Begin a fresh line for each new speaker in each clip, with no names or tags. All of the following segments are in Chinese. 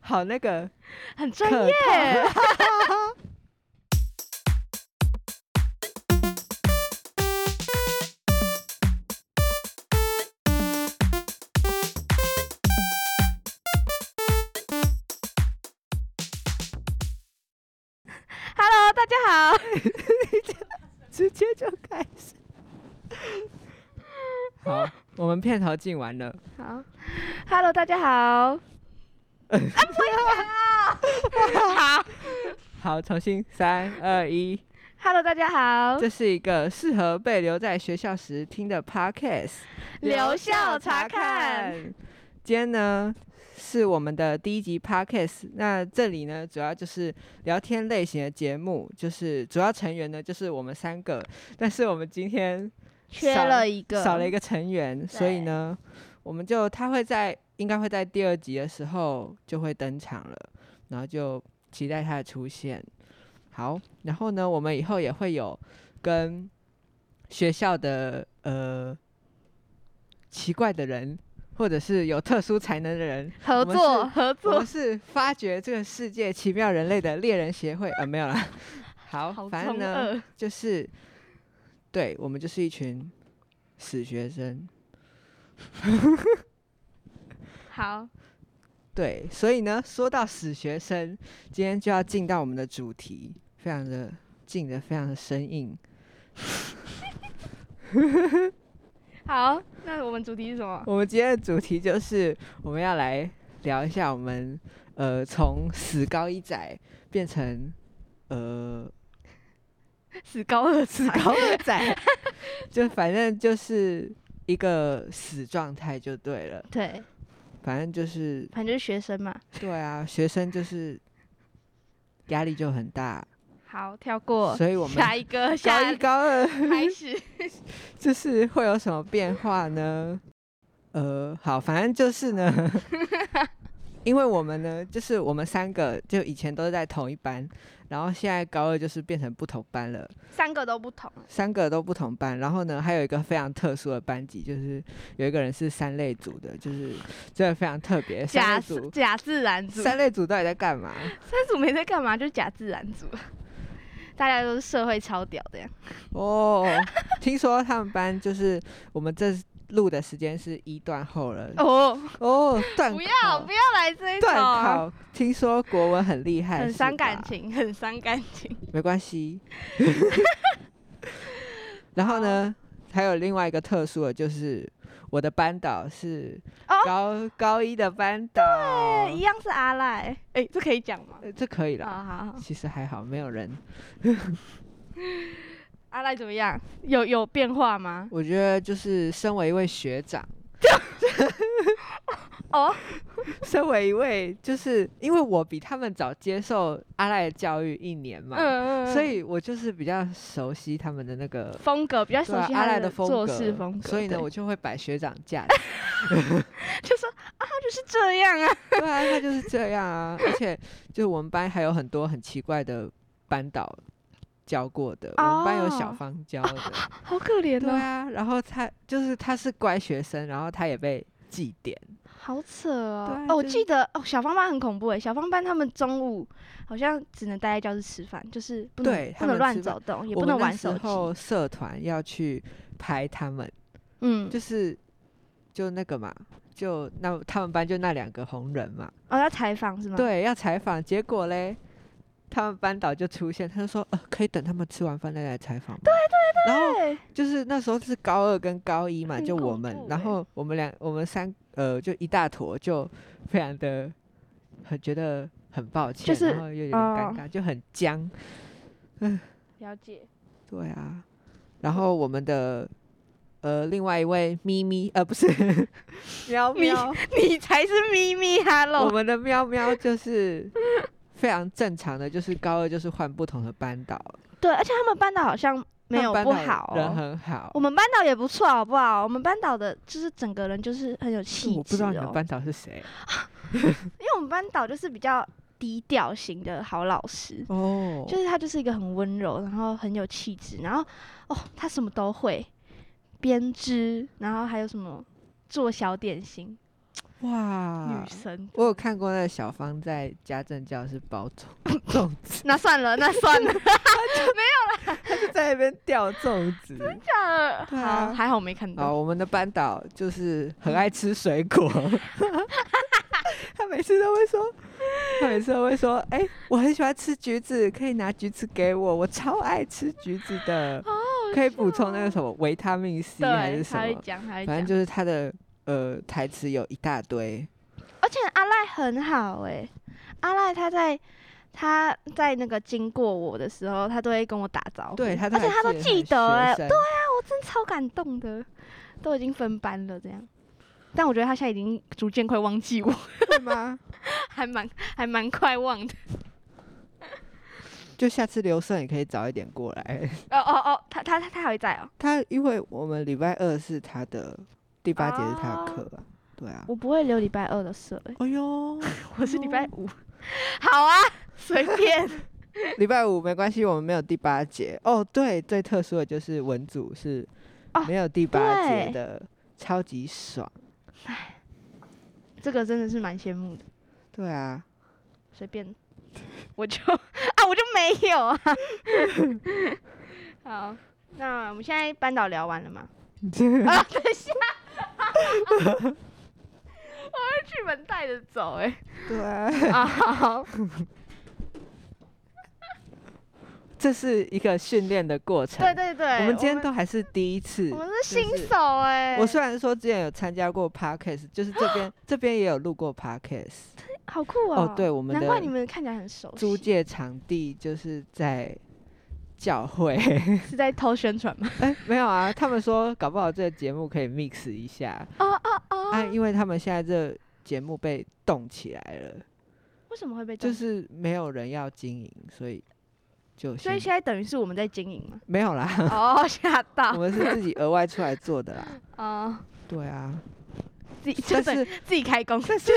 好那个
很专
可
业。
靠。
Hello，大家好，
直接就开始。 好，我们片头进完 了。
好，Hello，大家 好。
好，重新三二一，
Hello，大家好，
这是一个适合被留在学校时听的 podcast，
留校查看。
今天呢是我们的第一集 podcast，那这里呢主要就是聊天类型的节目，就是主要成员呢就是我们三个，但是我们今天
缺
少
了一个，
少了一个成员，所以呢，我们就他会在应该会在第二集的时候就会登场了，然后就期待他的出现。好，然后呢，我们以后也会有跟学校的呃奇怪的人，或者是有特殊才能的人，
合
我
作
们
合
我
作
们， 是发掘这个世界奇妙人类的猎人协会，呃，没有啦。好，啊
好
反正
中
呢，
二。
就是，对我们就是一群死学生。
好，
对，所以呢，说到死学生，今天就要进到我们的主题，非常的进的非常的生硬。
好，那我们主题是什么？
我们今天的主题就是我们要来聊一下我们呃从死高一仔变成呃
死高二
死 高二仔，就反正就是一个死状态就对了，
对，
反正就是
反正就是学生嘛。
对啊，学生就是压力就很大，
好，跳过，
所以我们
下一 个，
高
下
一高二
开始。
就是会有什么变化呢？呃，好，反正就是 呢，因为我们呢，就是我们三个就以前都是在同一班，然后现在高二就是变成不同班了，
三个都不同，
三个都不同班，然后呢，还有一个非常特殊的班级，就是有一个人是三类组的，就是真的非常特别， 三
假
类
自
组。
假自然组，
三类组到底在干嘛？
三组没在干嘛，就是假自然组，大家都是社会超屌的呀。
哦，听说他们班就是我们这录的时间是一段后了。
哦，
哦，断
不
考
要不要来这一种
断
啊，
考，听说国文很厉害，
很
是
伤
吧
感，情，很伤感情。
没关 系。然后呢，还有另外一个特殊的，就是我的班导是
哦
高、高一的班导，哦
哎一样是阿赖，哎，这可以讲吗？
呃这可以了。
啊，好好，
其实还好，没有人。
阿赖怎么样？有有变化吗？
我觉得就是身为一位学长，
哦，
身为一位，就是因为我比他们早接受阿赖的教育一年嘛，
嗯
所以我就是比较熟悉他们的那个
风格比较熟
对啊
悉
阿
他
赖的风
做
格，
事风格，
所以呢，
对
我就会摆学长架。
就说啊，他就是这样 啊。
对啊，他就是这样啊。而且就我们班还有很多很奇怪的班导教过的，我们班有小
哦
芳教 的，
好可怜
对
哦，
啊。然后他就是他是乖学生，然后他也被记点，
好扯哦。
对啊
哦，我
就是
记得哦，小芳班很恐怖哎，小芳班他们中午好像只能待在教室吃饭，就是不能
对
不
他们
能乱
吃饭
走动，也
我
不
们
能
那
玩
时
手机。
候社团要去拍他们，
嗯，
就是就那个嘛。就那他们班就那两个红人嘛，
哦，要采访是吗？，
对，要采访，结果嘞，他们班导就出现，他就说，呃，可以等他们吃完饭再来采访吗。对对对。然后
对，
就是那时候是高二跟高一嘛，
很
就我
恐
们
怖，
然
欸
后我们两我们三呃就一大坨，就非常的很觉得很抱歉，
是
然后又有点尴
哦
尬，就很僵。
了解。
对啊，然后我们的呃另外一位咪咪呃不是 喵
咪
喵，
你才是咪咪
我
Hello，
们的喵喵就是非常正常的，就是高二就是换不同的班导，
对，而且他们班导好像
他
没
们
有
班
不
导
好
人
哦。
很好
我。们班导也不错，好不好？我们班导的就是整个人就是很有气质、哦。
我不知道你们班导是 谁
因为我们班导就是比较低调型的好老师，
哦
就是他就是一个很温柔，然后很有气质，然后哦，他什么都会，编织，然后还有什么做小点心，
哇
女，神。
我有看过那个小芳在家政教室包粽 粽子，
那算了，那 算了，
她就在那边掉粽子。对啊
好，还好没看
啊，
到。
我们的班导就是很爱吃水果， 他每次都会说，他每次都会说，哎、我很喜欢吃橘子，可以拿橘子给我，我超爱吃橘子的，可以补充那个什么维他命 C 还
哦对，
是
他
什
会
么，
讲，他会
反正
讲。
就是他的呃台词有一大堆，
而且阿赖很好哎、阿赖他在他在那个经过我的时候，他都会跟我打招呼，
对他都
而且
还
他都
是
记
很学
得哎、
生
真超感动的，都已经分班了这样。但我觉得他现在已经逐渐快忘记我，
会吗？
还蛮还蛮快忘的。
就下次刘胜也可以早一点过来，
哦哦哦，他他他他还会在哦，
他因为我们礼拜二是他的第八节是他
哦
的课啊，对啊，
我不会留礼拜二的社、欸，
哎呦。 哎
我是礼拜五。好啊，随便。
礼拜五没关系，我们没有第八节。哦，对，最特殊的就是文组是
哦
没有第八节
对
的，超级爽。
这个真的是蛮羡慕的，
对啊，
随便。 我就啊，我就没有啊。 好，那我们现在班导聊完了 吗？啊，等一下， 我是剧本带着走哎、
对啊，
啊，好，
这是一个训练的过程。
对对对，
我们今天都还是第一次
我。们是新
是
手哎、
我虽然说之前有参加过 podcast，就是这 边这边也有录过 podcast。
好酷
哦
哦，
对，我们
难怪你
的
们看起来很熟悉，
租借场地就是在教会。
是在偷宣传吗？
哎，没有啊，他们说搞不好这个节目可以 mix 一下。
哦哦哦，
啊，因为他们现在这节目被冻起来了，
为什么会被
就
动
是没有人要经营，所以就
所以
先
现在等于是我们在经营嘛？
没有啦，
哦，吓
我
到
们是自己额外出来做的 啦。
哦，
对啊，
自己就
但
是
是
自己开公司，自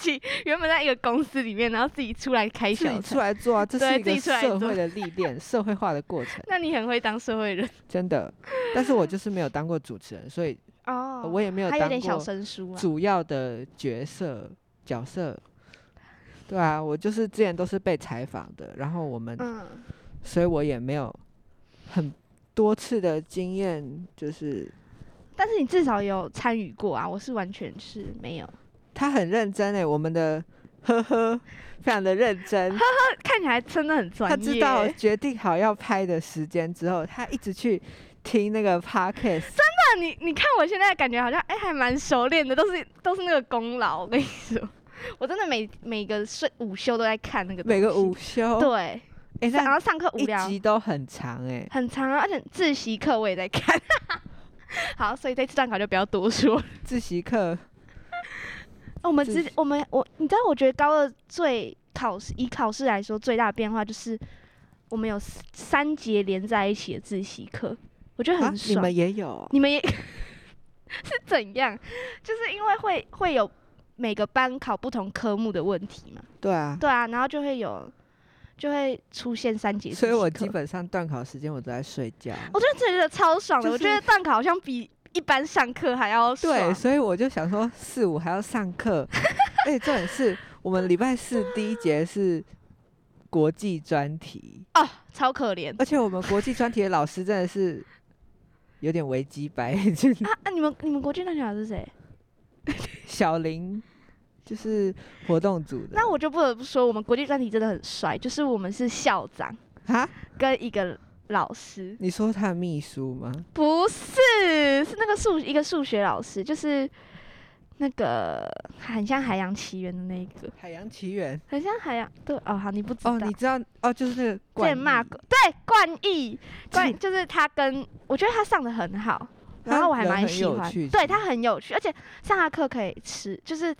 己原本在一个公司里面，然后自己出来开
自
小
己出
摊。
来做 啊，这
对
是一
自
个
己出来
社
做
会的历练、社会化的过程，
那你很会当社会人
真的。但是我就是没有当过主持人，所以
哦
呃我也没有
还有
当
点小
过
生疏啊。
主要的角色角色。对啊，我就是之前都是被采访的，然后我们
嗯，
所以我也没有很多次的经验，就是
但是你至少有参与过啊，我是完全是没有，
他很认真哎、我们的呵呵非常的认真，
看起来真的很专
他
业。欸
知道决定好要拍的时间之后，他一直去听那个 podcast，
那 你你看我现在感觉好像哎、还蛮熟练的，都是都是那个功劳。我跟你说， 我真的每每个睡午休都在看那个东西
每个午休，
对，
哎、
然
那
后上课无
一
聊
集都很长哎、
很长啊，而且自习课我也在看。 好，所以这次段考就不要多说了。
自习课
哦我们
自
之
习
我们我你知道，我觉得高二最考试以考试来说最大的变化就是我们有三三节连在一起的自习课，我觉得
啊
很，
你
爽。
们也有哦
你们也 是怎样？就是因为会会有每个班考不同科目的问题嘛？
对啊，
对啊，然后就会有就会出现三节自习
所
课，
以我基本上段考时间我都在睡觉。
我真的觉得超爽的，
就
我
是
觉得段考好像比一般上课还要爽。
对，所以我就想说四五还要上 课，而且重点是我们礼拜四第一节是国际专题，
哦，超可怜
而且我们国际专题的老师真的是有点维基百，就是
啊啊！你们你们国际段考是谁？
小林，就是活动组的。
那我就不得不说，我们国际专题真的很帅，就是我们是校长
啊，
跟一个老师，
你说他的秘书吗？
不是，是那个数一个数学老师，就是那个很像《海洋奇缘》的那一个，
海洋奇缘
很像海洋。对，哦，好，你不知道。
哦，你知道哦，就是那个
之前
冠
骂
毅
过，对，冠毅，冠毅就是他跟我觉得他上的很好，然后我还
人
蛮
很
喜
有
欢，
趣
对他很有趣，而且上他课可以吃，就是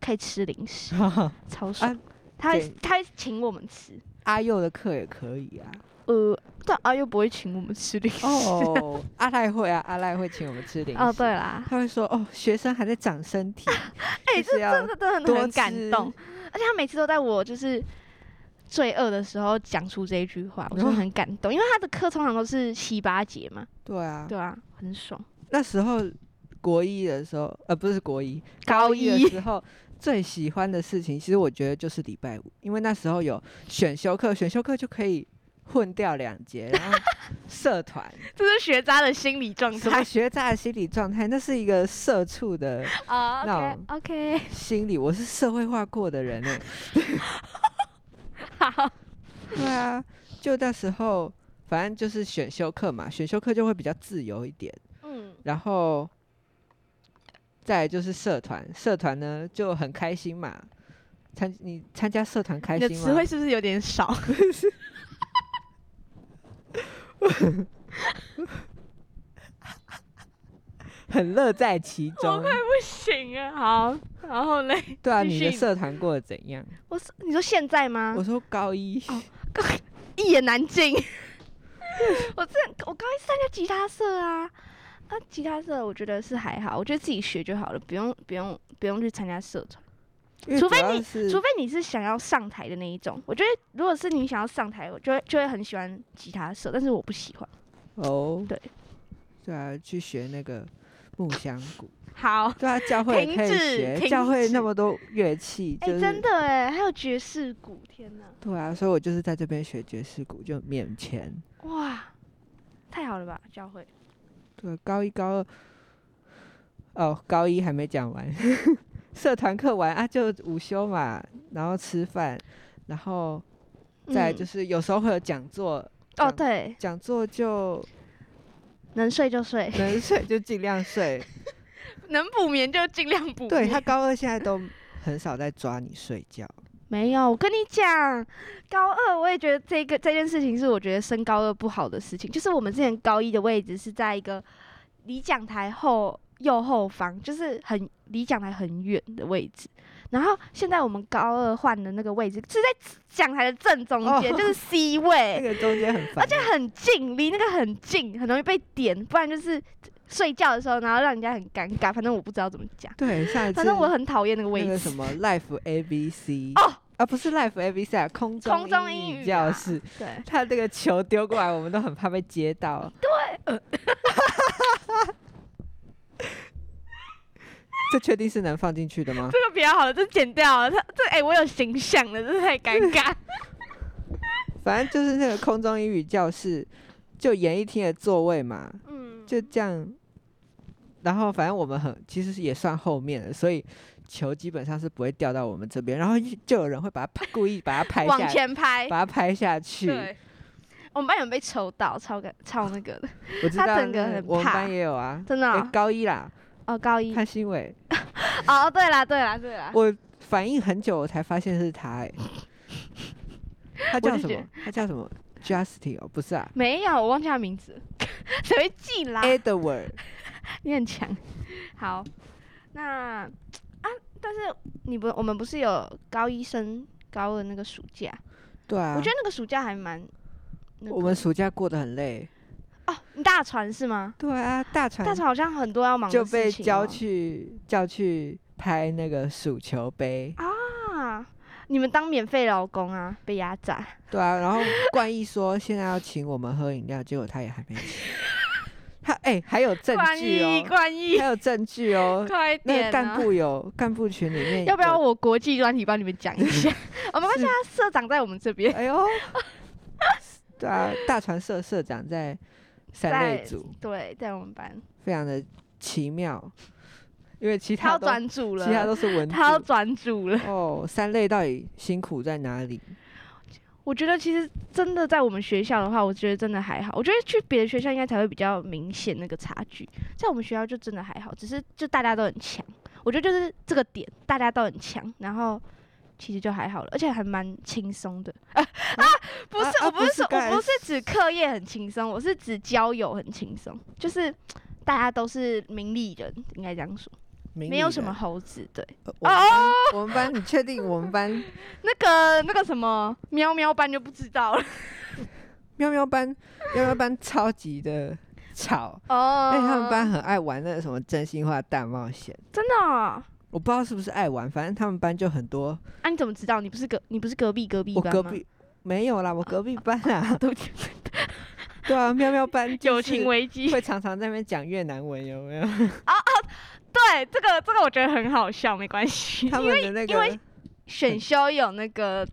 可以吃零 食，超爽。他会
啊对
他会请我们吃，
阿佑的课也可以啊。
呃，但啊又不会请我们吃零食。
哦， 阿赖会啊，阿赖会请我们吃零食。
哦，对啦，
他会说：“哦，学生还在长身体，
哎、
就是要
这真的真的
多
很感
吃
动，而且他每次都在我就是罪恶的时候讲出这一句话，我
哦
真的很感动，因为他的课通常都是七八节嘛，
对啊，
对啊，很爽。
那时候国一的时候，呃，不是国一，
高
一的
一
时候最喜欢的事情，其实我觉得就是礼拜五，因为那时候有选修课，选修课就可以混掉两节，然后 社团，
这是学渣的心理状
什么
态
学渣的心理状态，那是一个社畜的
啊。
那
OK OK，
心理，我是社会化过的人呢、欸
好，
对啊，就那时候，反正就是选修课嘛，选修课就会比较自由一点。
嗯，
然后再来就是社团，社团呢就很开心嘛。参你参加社团开
你的
心
词汇
吗？
是不是有点少？
很乐在其中。
不行啊，好，然后嘞，
对啊，
继
你的
续
社团过得怎样？
我是你说现在吗
我？说高一，
一言难尽。 我这我高一参加吉他社啊，啊，吉他社我觉得是还好，我觉得自己学就好了，不用不用不用去参加社团，
因为
除
主
非
要
你
是
除非你是想要上台的那一种。我觉得如果是你想要上台，我就会就会很喜欢吉他社，但是我不喜欢。
哦，
对，
对啊，去学那个木香鼓。
好，
对啊，教会也
停
可以
止
学，
停
教会
止
那么多乐器，
哎、
就是、
真的哎，还有爵士鼓，天哪，
对啊，所以我就是在这边学爵士鼓，就免钱。
哇，太好了吧，教会。
对，高一、高二，哦，高一还没讲完， 社团课完啊，就午休嘛，然后吃饭，然后再来
嗯
就是有时候会有讲座，
哦，
讲
对，
讲座 就
能睡就睡，
能睡就尽量睡。
能补眠就尽量补
对他高二现在都很少在抓你睡觉，
没有，我跟你讲，高二我也觉得这个这件事情是我觉得升高二不好的事情，就是我们之前高一的位置是在一个离讲台后右后方，就是很离讲台很远的位置。然后现在我们高二换的那个位置是在讲台的正中 间，
哦
就是 C
那
位，
个中间很烦欸，
很近，离那个很近，很容易被点，不然就是睡觉的时候，然后让人家很尴尬。反正我不知道怎么讲，
对上一次
反正我很讨厌那个位
那
置。
个什么 Life A B C
哦
啊，不是 Life A B C 啊，空中
空中英
英
语
语教
啊
室，
对，
他那个球丢过来，我们都很怕被接到。对， 这确定是能放进去的吗？
这个比较好了，这剪掉了。他这哎、我有形象了，这太尴尬。
反正就是那个空中英语教室，就演艺厅的座位嘛，
嗯，
就这样。然后反正我们很其实是也算后面了，所以球基本上是不会掉到我们这边，然后就有人会把它拍故意把它拍
往
下，
前拍。
把它拍下去。
对，我们班有被抽到，超个超 那个的，
我知
他
道
整个
那
很
我们
怕
班也有啊，
真的
诶
哦
高一啦，
哦，高一。
潘新伟，
哦，对啦，对啦，对啦。
我反应很久，我才发现是他、欸。他
就
叫什
觉
么？他叫什么？Justin 哦，不是啊
没有，我忘记他名字， 谁会记啦？
哎，Edward。
你很强。好，那啊，但是你不，我们不是有高一升高二那个暑假？
对啊，
我觉得那个暑假还蛮、那个
我们暑假过得很累。
哦，你大船是吗？
对啊，大船
大船好像很多要忙的
就
事
被
情
叫
哦
去叫去拍那个数球杯。
啊！你们当免费劳工啊，被压 榨。
对啊，然后冠毅说现在要请我们喝饮料，结果他也还没请。 他哎、还有证
冠
据
一，
哦，
冠一，。
还有证据哦
快
那个
点、
干
啊！
部有干部群里面
要不要
有？
我国际专题帮你们 讲一下？我们关系，他社长在我们这边，
哎呦，对啊，大船社社长在三类
在
组，
对，在我们班，
非常的奇妙，因为其他
他要
都
专注
其他
了，
都是文
他要
组。
专注了。
哦，三类到底辛苦在哪里？
我觉得其实真的在我们学校的话，我觉得真的还好。我觉得去别的学校应该才会比较明显那个差距，在我们学校就真的还好，只是就大家都很强。我觉得就是这个点，大家都很强，然后其实就还好了，而且还蛮轻松的。 啊啊，不是，
啊啊
我不
不
是
是
说，
刚才
我不是指课业很轻松，我是指交友很轻松，就是大家都是明理人，应该这样说，
明
没有
理
什么哦
人。
猴子。对，
呃我们班，我 们班，你确定我们班
那个那个什么喵喵班就不知道 了。
喵喵班，喵喵班超级的 吵，
哦
而哎且他们班很爱玩那个什么真心话大冒险。
真的哦、
我不知道是不是爱玩，反正他们班就很多。
啊，你怎么知道？你不是隔你不是隔壁隔壁
我
班吗？
隔壁没有啦，我隔壁班啊，
对不起，
对啊，喵喵班就
友
是
情危机。
会常常在那边讲越南文，有没有？
对，这个这个我觉得很好笑，没关系。
他们的那
因为啊
个
选修有那个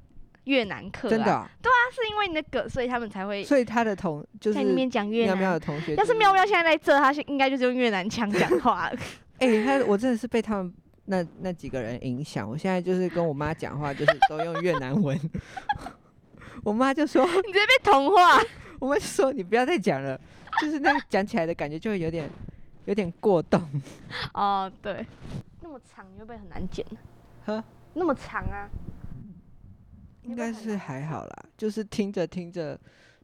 越南课、啊，
真的啊、
他是因为那个，所以他们才会
所以他的同就是
在那边讲越
妙妙的。
南
同学就，
要是妙妙现在在这，他是应该就是用越南腔讲话了。
哎、他我真的是被他们那那几个人影响，我现在就是跟我妈讲话，就是都用越南文。 我妈就说，
你直接被同化，
我妈就说你不要再讲了，就是那个讲起来的感觉就会有点有点过动。
哦，对，那么长你会不会很难剪？
呵，
那么长啊？你
应
会不会
该
很
是
难
还好啦，就是听着听着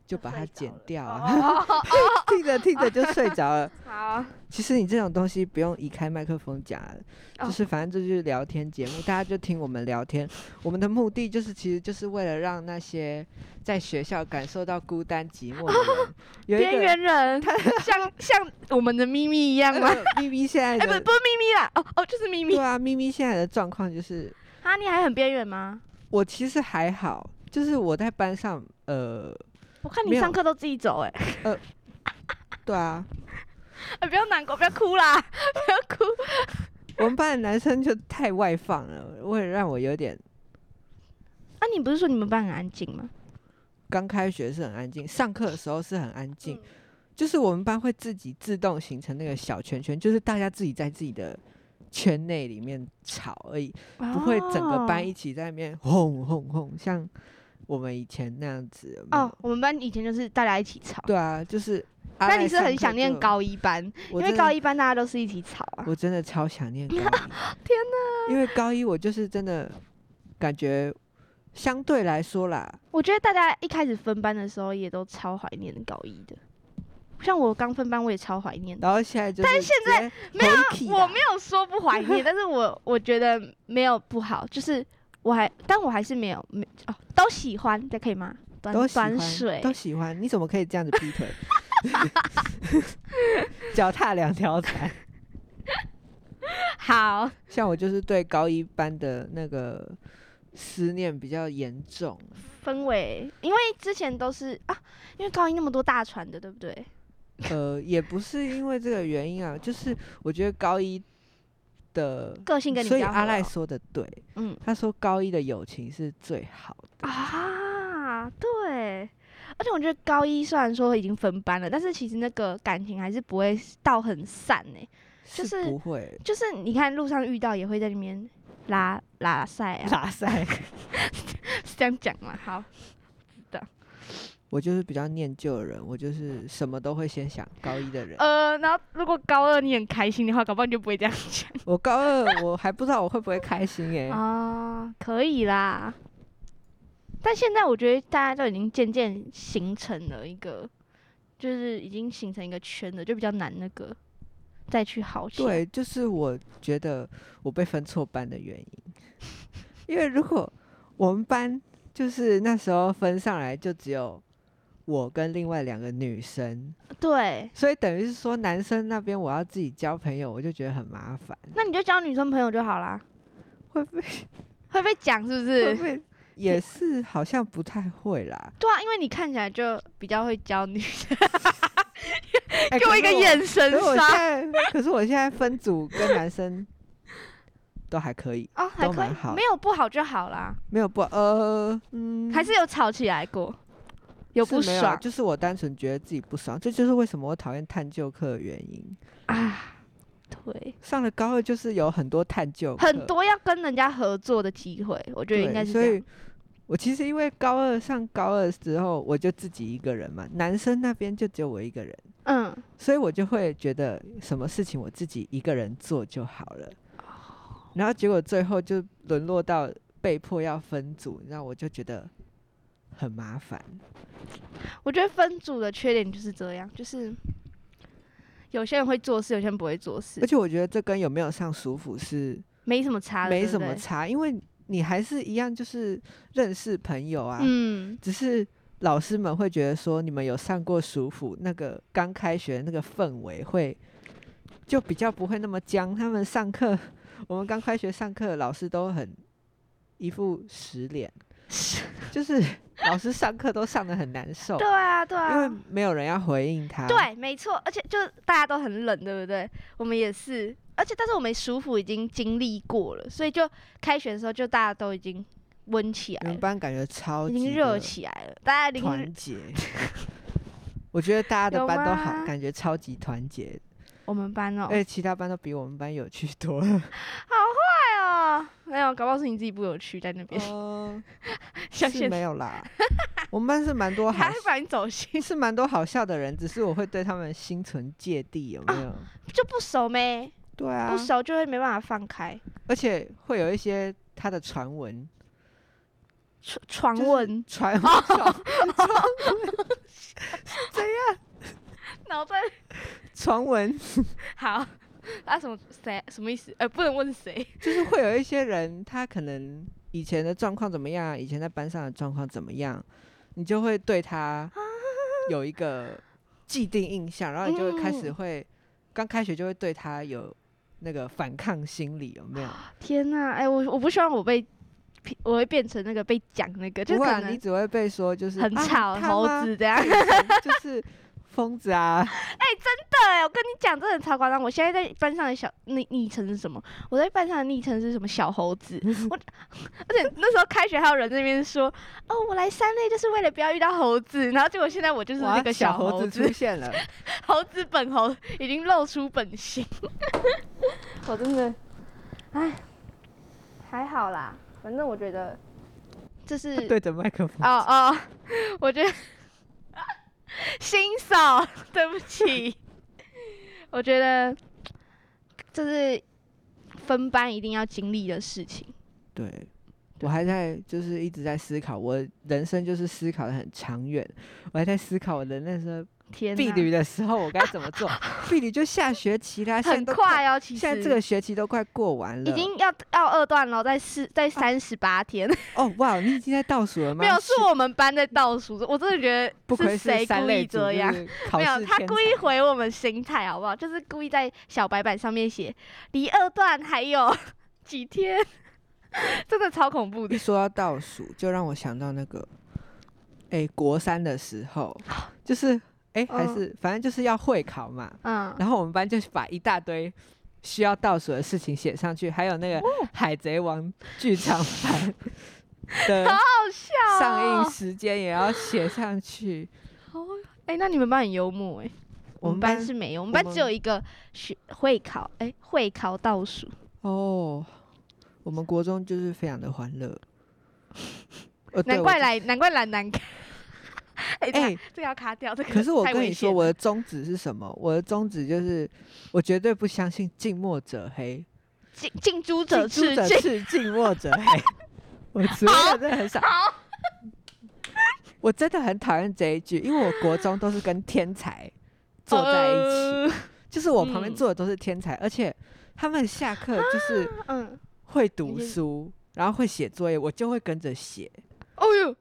就把它
睡着
剪
了
掉啊，
哦哦哦哦
听着听着就睡着了。
好，啊
其实你这种东西不用移开麦克风讲啊，
哦
就是反正这就是聊天节目，大家就听我们聊天。我们的目的就是，其实就是为了让那些在学校感受到孤单寂寞的 人，有一
边
个
缘人，像像我们的咪咪一样 吗？
呃咪咪现在
哎，不
的
不是咪咪啦，哦哦，就是咪
对
咪
啊，咪咪现在的状况就是，
啊，你还很边缘吗？
我其实还好，就是我在班上，呃，
我看
没
你
有
上课都自己走，哎，
对啊，
哎，不要难过，不要哭啦，不要哭。
我们班的男生就太外放了，为了让我有点
啊，你不是说你们班很安静吗？
刚开学是很安静，上课的时候是很安静。
嗯
就是我们班会自己自动形成那个小圈圈，就是大家自己在自己的圈内里面吵而已，不会整个班
哦
一起在那边轰轰轰，像我们以前那样子。有没有
哦，，我们班以前就是大家一起吵。
对啊，就是。阿赖
那你是
上
很
课
想念
就？
高一班，
因
因为高一班大家都是一起吵啊。
我真的超想 念高一。天哪！因为高一我就是真的感觉相对来说啦，
我觉得大家一开始分班的时候也都超怀念高一的，像我刚分班我也超怀念的。
然后现在就是，但是现在
没有啊我没
有，
有说不怀 念，但是我我觉得没有不好，就是我还，但我还是没有没哦，都喜欢，这可以吗？短
都喜欢
短水
都喜欢，你怎么可以这样子劈腿？ 脚踏两条船。
好，
像我就是对高一班的那个思念比较严重，
氛围，因为之前都是啊，因为高一那么多大船的，对不对？
呃，也不是因为这个原因啊，就是我觉得高一的，
个性跟你比
所以
较合
阿赖
哦
说的对，
嗯
他说高一的友情是最好的，
啊，对，而且我觉得高一虽然说已经分班了，但是其实那个感情还是不会到很散呢、就是是
不会
就是你看路上遇到也会在那边拉拉塞 啊，
拉塞。
是这样讲嘛？好，
我就是比较念旧的人，我就是什么都会先想高一的人。
呃，然后如果高二你很开心的话，搞不好你就不会这样讲
我高二我还不知道我会不会开心欸耶、
啊，可以啦。但现在我觉得大家都已经渐渐形成了一个，就是已经形成一个圈了，就比较难那个再去好起来。
对，就是我觉得我被分错班的原因， 因为如果我们班就是那时候分上来就只有我跟另外两个女生，
对，
所以等于是说男生那边我要自己交朋友，我就觉得很麻烦，
那你就交女生朋友就好啦。
会被
会被讲是不
会
是？。
被也是好像不太会啦
对啊，因为你看起来就比较会教女生，
哎
给我一个，眼
可
神
是我可是我
杀
现在，可是我现在分组跟男生都还可以，
哦，还
都
可
蛮
以，
好
没有不好就好啦，
没有不呃嗯，
还是有吵起来过，有
是
不
没有啊
爽
就是我单纯觉得自己不爽，这就是为什么我讨厌探究课的原因。
啊，对，
上了高二就是有很多探究课，
很多要跟人家合作的机会，我觉得
对，
应该是
所
这
以
样。
我其实因为高二上高二之后，我就自己一个人嘛，男生那边就只有我一个人，
嗯，
所以我就会觉得什么事情我自己一个人做就好了。
哦
然后结果最后就沦落到被迫要分组，然后我就觉得很麻烦。
我觉得分组的缺点就是这样，就是有些人会做事，有些人不会做事
而，且我觉得这跟有没有上舒服是
没什么差的，
没
对不
什么
对
差，因为你还是一样，就是认识朋友啊。
嗯，
只是老师们会觉得说，你们有上过暑辅，那个刚开学那个氛围会就比较不会那么僵。他们上课，我们刚开学上课，老师都很一副死 脸，就是老师上课都上的很难受
对，啊，对
因为
啊。
没有人要回应他。
对，没错，而且就是大家都很冷，对不对？我们也是，而而且但是我们暑辅已经经历过了，所以就开学的时候就大家都已经温起
你
来
们
了，
班感觉超
已
级
经热
的
起来了，大家已经
团结。我觉得大家的
有
班都
吗
好，感觉超级团结，
我们班哦、
而且其他班都比我们班有趣多了。
哎呀，没有，搞不好是你自己不有趣在那边，哦
嗯，
像
是
现
没
在
有 啦，我们班是蛮多好
还，把你走心，
是蛮多好笑的人，只是我会对他们心存芥蒂，有没有？
就不熟呗，
对啊
啊不，熟就会没办法放开。
而且会有一些他的传闻，
传传
就是
闻，
传
哦
传
脑袋
传闻，
好，啊什么谁什么意思？呃，不能问谁，
就是会有一些人，他可能以前的状况怎么样，以前在班上的状况怎么样，你就会对 他有一个既定印象，然后你就会开始
嗯
会，刚开学就会对他有那个反抗心理，有没有？
天呐、哎、我我不希望我被，我会变成那个被讲那个，就
不
可
然你
能
只会被说就是
很吵、
啊、他
猴
吗
子这 样。
就是疯子啊，
对，我跟你讲，真的超夸张。我现在在班上的小昵昵称是什么？我在班上的昵称是什么？小猴子。 我而且那时候开学还有人在那边说，哦，我来三类就是为了不要遇到猴子。然后结果现在我就是
哇
那个
小
猴
猴
子，
出现了。
猴子本猴已经露出本性。 我真的，哎，还好啦，反正我觉得这 是
对着麦克风，
哦哦，我觉得新手，对不 起，我觉得这是分班一定要经历的事情。
对我还在就是一直在思考，我人生就是思考的很长远，我还在思考我的那时候
天
避
哪，
旅的时候我该怎么 做。避旅就下学期啦，现
很
在都快，
快哦，其实
现在这个学期都快过完了，
已经要要二段了，在四在三十八天，
哦哇，你已经在倒数了吗？
没有是我们班在倒数，我真的觉
不
得
愧
谁
三
故
类
意
组，
这样
就。是考
没
试
有，他
天
故意毁我们心态，好不好？就是故意在小白板上面写离二段还有 几天， 真的超恐怖的
一。说到倒数，就让我想到那个，哎、国三的时候，就是哎、还
哦嗯
是、反正就是要会考嘛，
嗯，
然后我们班就把一大堆需要倒数的事情写上去，还有那
哦
个《海贼王》剧场 版的
好笑、哦。
上映时间也要写上去。
好哎、那你们班很幽默哎、 我们班是没有，我们班
我
只有
们
一个学会考，哎、会考倒数。
哦，我们国中就是非常的欢 乐。呃
难怪，来，难怪来难看。 哎、
对我就
这
哎、
个这个要卡掉，这个
可是我
太
跟
危
你说，
险
我的宗旨是什么？我的宗旨就是，我绝对不相信近墨者黑，
近近朱者
近朱者
赤，近
赤，近墨者黑。我只会的真的很少。 我真的很讨厌这一句，因为我国中都是跟天才坐在一起，
呃
就是我旁边
嗯
坐的都是天才，而且他们下课 就是
嗯，
会
你
读
就
书，然后会写作业，我就会跟着写，
哦呦，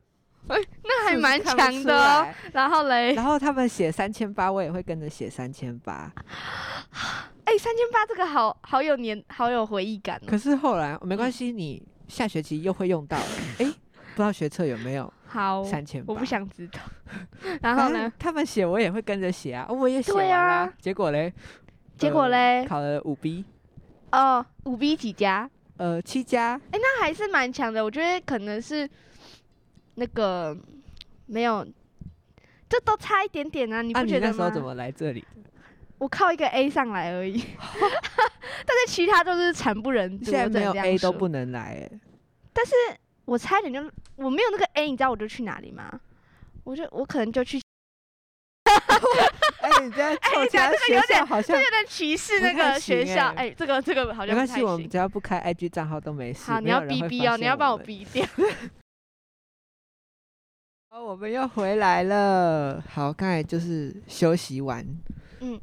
哎、那还
是不是
蛮
看不
强
出
的哦、
来。
然后嘞，
然后他们写三千八，我也会跟着写三千八。
嗯哎、三千八这个好好有年，好有回忆感哦、
可是后来没关系，你下学期又会用到。哎，不知道学测有没有
好，
三千八？
哦我不想知 道。然后
反
呢
正？他们写我也会跟着写啊，我也写完
对
啦。
啊
结果嘞，
结果
呃
嘞
考了五 B，
哦，五 B 几加？
呃，七加，
哎、那还是蛮强的。我觉得可能是那个没有，这都差一点点啊，你
啊，
不
你
觉
那
得
时
吗？
候怎么来这里？
我靠一个 A 上来而已， 但是其他都是惨不忍睹。
现在
我只能
没有
这样
A 都
说
不，能来、欸，
我差一点就我没有那个 A，你知道我就去哪里吗？我就我可能就去，
哎、你这样
你
凑其
讲
他
这个
学
有
校
点
好
这
像
有点歧视
不
那
太
个学
行
校。哎、
哎
这个这个好
没
像
关
不
系，
太
我们
行。
只要不开 IG 账号都没事。
好，
没
你
有
要
人
逼
会发
逼哦，你
现
要帮我
们。
逼掉。
好，哦我们又回来了。好，刚才就是休息完，
嗯，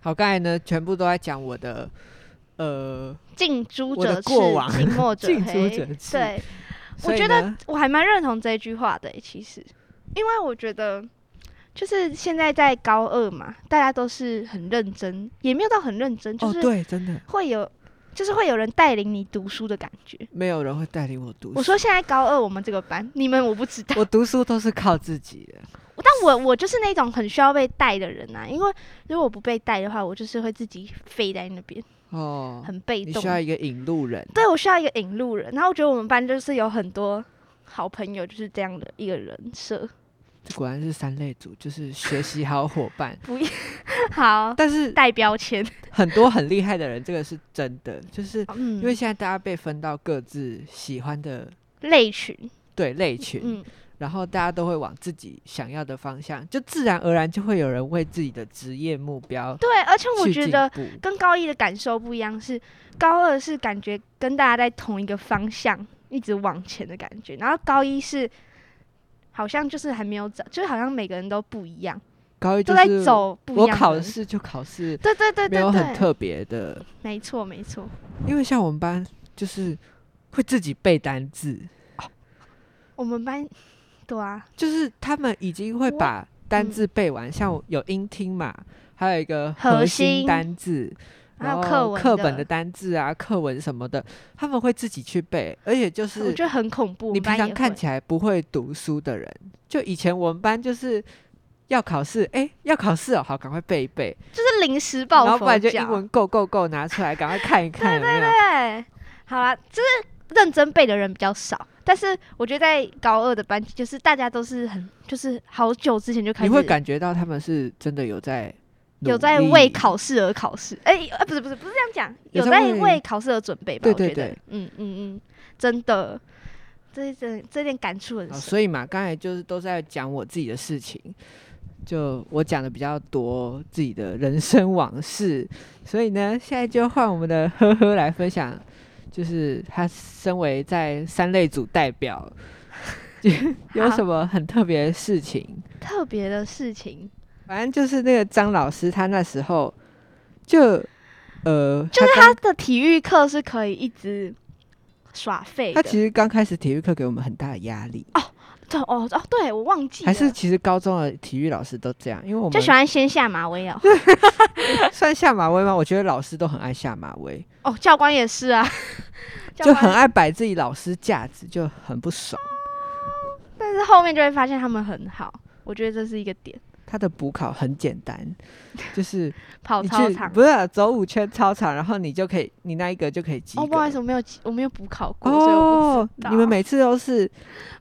好，刚才呢全部都在讲我的，呃，
近朱
我的
者赤，
过往
近 墨者
近朱
黑。
者赤
对，
所
我
以
觉得
呢
我还蛮认同这句话的欸、其实，因为我觉得就是现在在高二嘛，大家都是很认真，也没有到很认真，就
哦，
是
对，真的
会有，就是会有人带领你读书的感觉。
没有人会带领我读
我
书，
说现在高二我们这个班，你们我不知道，
我读书都是靠自己的。
但我我就是那种很需要被带的人啊，因为如果不被带的话，我就是会自己飞在那边。
哦，
很被
你
动
需。要一个引路人，
对我需要一个引路人，然后我觉得我们班就是有很多好朋友，就是这样的一个人设。。
这果然是三类组，就是学习好伙伴
好，
但是
带标签，
很多很厉害的人，这个是真的，就是
嗯，
因为现在大家被分到各自喜欢的
类群，
对类群，
嗯，
然后大家都会往自己想要的方向，就自然而然就会有人为自己的职业目标
对，而且我
去
觉
进
得
步。
跟高一的感受不一样，是高二是感觉跟大家在同一个方向一直往前的感觉，然后高一是好像就是还没有找，就是好像每个人都不一样，
高一
都
就
在
是
走不一
我
样的。
考试就考试，
对对对
没有
对
很
对，
特别的，
没错没错，
因为像我们班就是会自己背单字，
我们班对啊，
就是他们已经会
我
把单
嗯
字背完，像我有音听嘛，还有一个
核
核
心
心单字，
还有
然
课
后
文
哦课本
的
的单字啊、课文什么的，他们会自己去背，而且就
我
是
觉得很恐怖。我
你
们班
平常
也
看
会
起来不会读书的人，就以前我们班就是。要考试，哎、要考试哦，好，赶快背一背，
就是临时
然
抱
后不
佛
然
脚
就，英文 go go go 拿出来，赶快看一看有没有。
对，好啦，就是认真背的人比较少，但是我觉得在高二的班级，就是大家都是很，就是好久之前就开
你
始
会感觉到他们是真的有在
有
努
在
力
为考试而考试，哎、呃不是不是不是这样讲，
有
有
在
在
为
为考试而准备吧？
对
我觉
对
得
对
嗯嗯嗯，真的，这这这点感触很
啊，
深。
所以嘛，刚才就是都在讲我自己的事情，就我讲的比较多自己的人生往事，所以呢，现在就换我们的呵呵来分享，就是他身为在三类组代表， 有
好
什么很特别的事情？
特别的事情，
反正就是那个张老师，他那时候就呃，
就是
他
他的体育课是可以一直耍废
刚他
的。
其实刚开始体育课给我们很大的压力，
对哦哦，对我忘记了，
还是其实高中的体育老师都这样，因为我们
就喜欢先下马 威哦。
算下马威吗？我觉得老师都很爱下马威，
哦，教官也 是啊，教
就
官
很爱摆自己老师架子，就很不爽。
但是后面就会发现他们很好，我觉得这是一个点。
他的补考很简单，就是
跑
你
操
去
场哦
不是啊、走五圈操场，然后你就可以，你那一个就可以及格。
哦，不好意思，我没有记我没有补考过，所以我
哦
不知道。
你们每次都是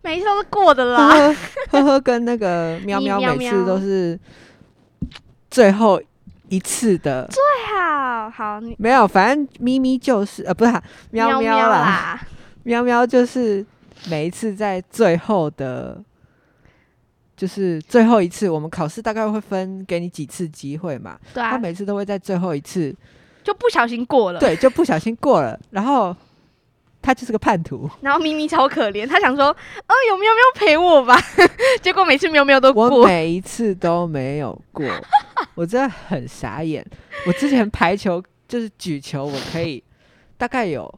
每一次 都是过的
呵
啦。
呵呵呵跟那 个喵
咪
喵，
喵
每
喵
次都是最后一次的，
好哎好，你
没有，反正咪咪就是呃，不是啊、喵
喵
喵啦，
啦，
喵喵就是每一次在最后的，就是最后一次，我们考试大概会分给你几次机会嘛，
对
他
啊，
每次都会在最后一次，
就不小心过了。，
对，就不小心过了，然后他就是个叛徒。
然后咪咪超可怜，他想说，哦，有喵喵陪我吧， 结果每次喵喵都
我
过。
每一次都没有过，我真的很傻眼。我之前排球就是举球，我可以大概有，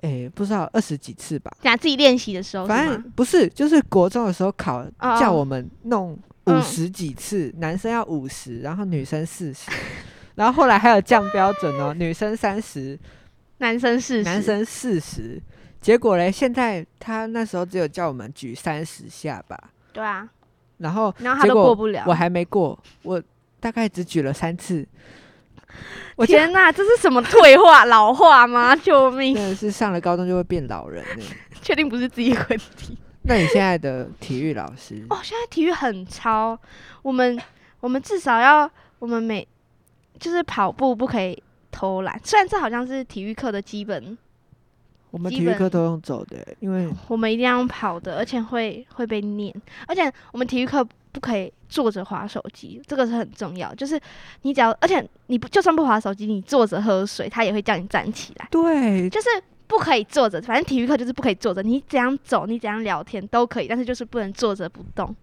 诶、不知道二十几次吧，
讲自己练习的时候哦是
反
吗
正？不是，就是国中的时候考
哦
叫我们弄
嗯
五十几次，男生要五十，然后女生四十，然后后来还有降标准哦，女生三十，
男生是
男生四十。结果嘞，现在他那时候只有叫我们举三十下吧，
对啊，
然后
然后他
结
都
果
过不了
我。还没过，我大概只举了三次。我觉得
天哪，这是什么退化老化 吗？救
真
命！
的是上了高中就会变老人呢。
确定不是自己的问题。
那你现在的体育老师
哦，现在体育很超，我们我们至少要我们每就是跑步不可以偷懒，虽然这好像是体育课的基本，
我们
基
体育课
本
都用走的，因为
我们一定要用跑的，而且会会被念，而且我们体育课不可以坐着划手机，这个是很重要。就是你只要，而且你不就算不划手机，你坐着喝水，他也会叫你站起来，
对
就是。不可以坐着，反正体育课就是不可以坐着。你怎样走，你怎样聊天都可以，但是就是不能坐着不动。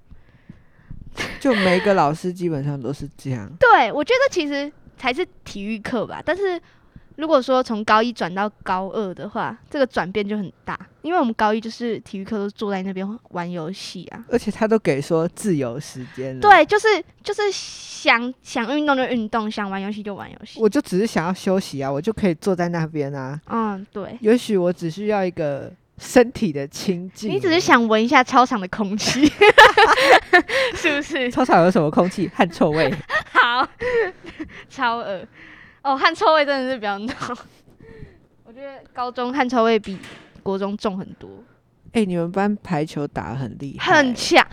就每个老师基本上都是这样。
对，我觉得其实才是体育课吧。但是如果说从高一转到高二的话，这个转变就很大，因为我们高一就是体育课都坐在那边玩游戏啊。
而且他都给说自由时间了，，
对，就是就是想想运动就运动，想玩游戏就玩游戏。
我就只是想要休息啊，我就可以坐在那边啊。
嗯，对，
也许我只需要一个身体的清静。
你只是想闻一下操场的空气， 是不是？
操场有什么空气汗臭味？
好，超恶。哦，汗臭味真的是比较浓。 我觉得高中汗臭味比国中重很多，
哎、你们班排球打得很厉害，欸
很强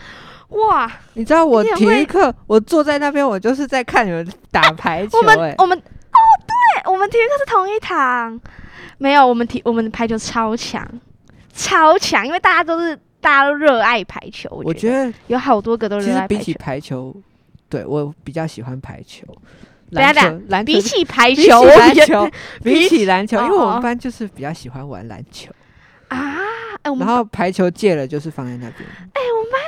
哇！
你知道我
你很
体育
会
课，我坐在那边，我就是在看你们打排球、
我们
哎，
我们哦，对，我们体育课是同一堂，没有，我们体我们的排球超强，超强，因为大家都是大家都热爱排球，我
我觉
得
得
有好多个都
其
热
实
爱
比
排
起
球，
排球，对我比较喜欢排球。
等一下
篮
等
球，篮球
比
是，
起排
比
球，
起
我
篮
比较
球， 比
比
起篮球，因为我
哦
们
哦
班就是比较喜欢玩篮球，
啊，哎，我
然
们
后排球戒了就是放在那边。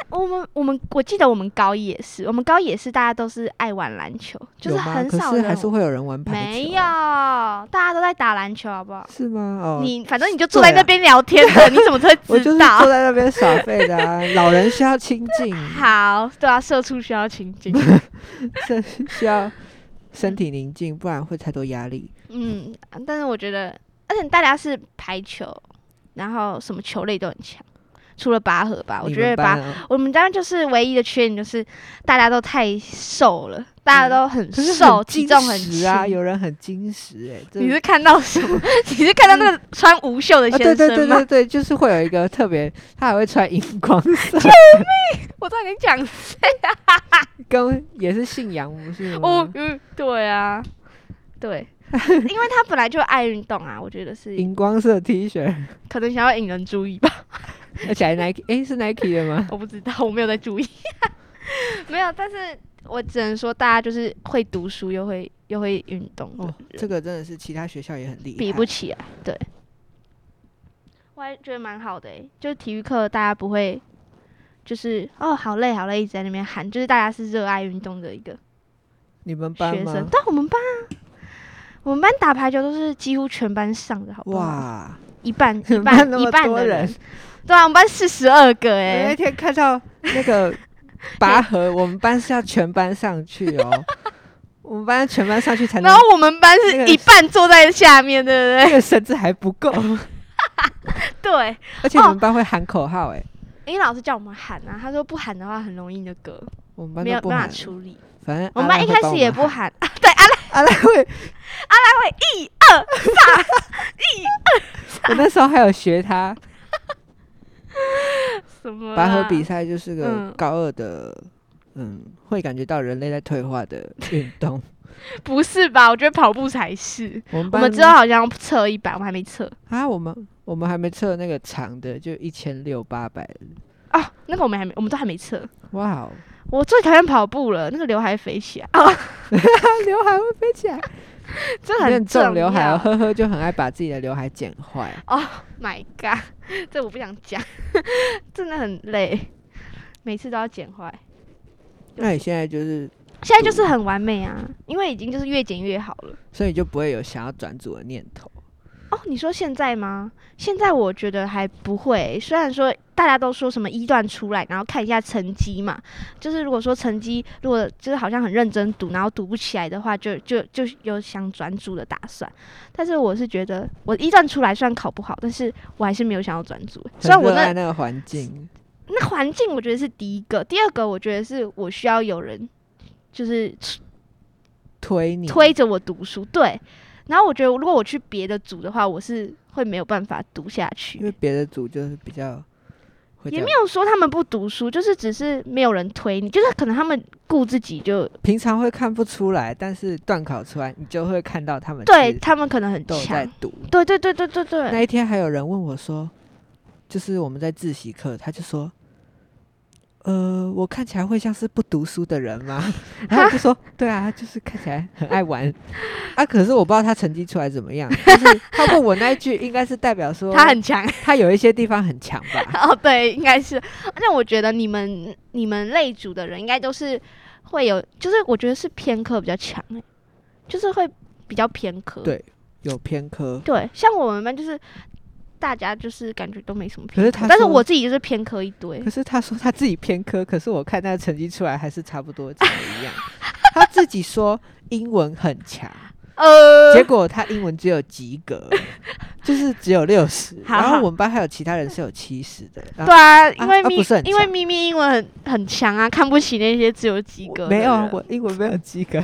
哦我们我们我记得我们高一也是，我们高一也是大家都是爱玩篮球，就
有
是
吗
很
可
少
是还
人
是会有人玩排球。
没有，大家都在打篮球，好不好？
是吗？哦，
你反正你就
对
坐在
啊
那边聊天的，你 怎么
我
会
就
知
是坐
道？
在那边耍废的、 啊。老人需要亲近，
好，对啊，社畜需要情景。
身需要身体宁静，不然会太多压力。
嗯，但是我觉得，而且大家是排球，然后什么球类都很强，除了拔河吧，我
你
觉
们
得拔
班啊
我们班就是唯一的缺点就是大家都太瘦了，大家都很
嗯可是
瘦，体
精
重很
实
轻
啊，有人很精实哎、这
你是看到什么？ 你是看到那个穿无袖的
啊，
先
对
生吗？
对对对对，就是会有一个特别，他还会穿荧光色，
我知道你讲
跟也是信仰不是
哦
吗，？
嗯，对啊， 对，因为他本来就爱运动啊，我觉得是
荧光色 T 恤，
可能想要引人注意吧，
而且还 Nike，哎、是 Nike 的吗？
我不知道，我没有在注意， 没有，但是我只能说大家就是会读书又会又会运动的
哦，
人
这个真的是其他学校也很厉害，
比不起来，对。我还觉得蛮好的、欸，就是体育课大家不会，就是哦好累好累一直在那边喊，就是大家是热爱运动的一个
你们班
学生
吗，？
但我们班啊，我们班打排球都是几乎全班上的，好不好？
哇，
一半
你
一
们班
半
那
一
么
半
多
的
人，，
对啊，我们班四十二个
我那
哎、
天看到那个 拔河，我们班是要全班上去 哦，我们班全班上去才能
然，后我们班
那
是
个
一半坐在下面，对
那
不
个绳子还不够，
对？ 对，
而且你们班会喊口号哎，
因为老师叫我们喊啊，他说不喊的话很容易那个，
我们班
没有
都不
没办法
喊，
处理。
反正
我们
阿赖
班一
会
开
帮
始
我
也
们
不
喊，
喊，对啊，
阿赖会， 我那时候还有学他
什么
拔河
啦
比赛，就是个
哦嗯
高二的，嗯，会感觉到人类在退化的运动。
不是吧？我觉得跑步才是。
我们
我
班
们之后好像要测一百，我们还没测
啊，我们我们还没测那个长的，就一千六八百，
哦，那个我们还没，我们都还没测。
哇哦，
我最讨厌跑步了，那个刘海飞起来， 哦，
刘海会飞 起来。
这
很
很
重刘海
要
哦，呵呵，就很爱把自己的刘海剪坏。
My God，这 我不想讲， 真的很累，每次都要剪坏。
那你现在就是，
现在就是很完美啊，因为已经就是越剪越好了。
所以你就不会有想要转组的念头。
哦，你说现在吗？现在我觉得还不会，虽然说大家都说什么一段出来，然后看一下成绩嘛，就是如果说成绩如果就是好像很认真读，然后读不起来的话，就就就有想转组的打算。但是我是觉得我一段出来虽然考不好，但是我还是没有想要转组。欸虽然
很
我
热
那
爱那个环境，
那环境我觉得是第一个，第二个我觉得是我需要有人就是
推你
推着我读书，对。然后我觉得如果我去别的组的话，我是会没有办法读下
因
去。
为别的组就是比较会这
也
样
没有说他们不读书，就是只是没有人推你，就是可能他们顾自己就
平常会看不出来，但是段考出来你就会看到他们
对
是
他们可能很
都有在
强。
读。
对对对对对对，
那一天还有人问我说，就是我们在自习课，他就说。呃，我看起来会像是不读书的人吗？ 然后我就说，对啊，就是看起 来很爱玩啊。可是我不知道他成绩出来怎么样。但是他问我那一句，应该是代表说
他很强。
他有一些地方很强吧？
哦，对，应该是。而且我觉得你们你们类组的人应该都是会有，就是我觉得是偏科比较强、欸，就是会比较偏科。
对有偏科，
对，像我们班就是大家就是感觉都没什么
可
偏
是
科
他
但是
说
我自己就是偏科一堆
可，是他说他自己偏科，可是我看他的成绩出来还是差不多长得一样。他自己说英文很强，
呃
结果他英文只有及 格，就是只有六十。
好
然后
好
我们班还有其他人是有七十的，然后
对啊，因
啊
为
啊
咪、
不是很
因为
强
咪咪英文很很强啊，看不起那些只有及
我
格的
没有啊
人，
我英文没有及格，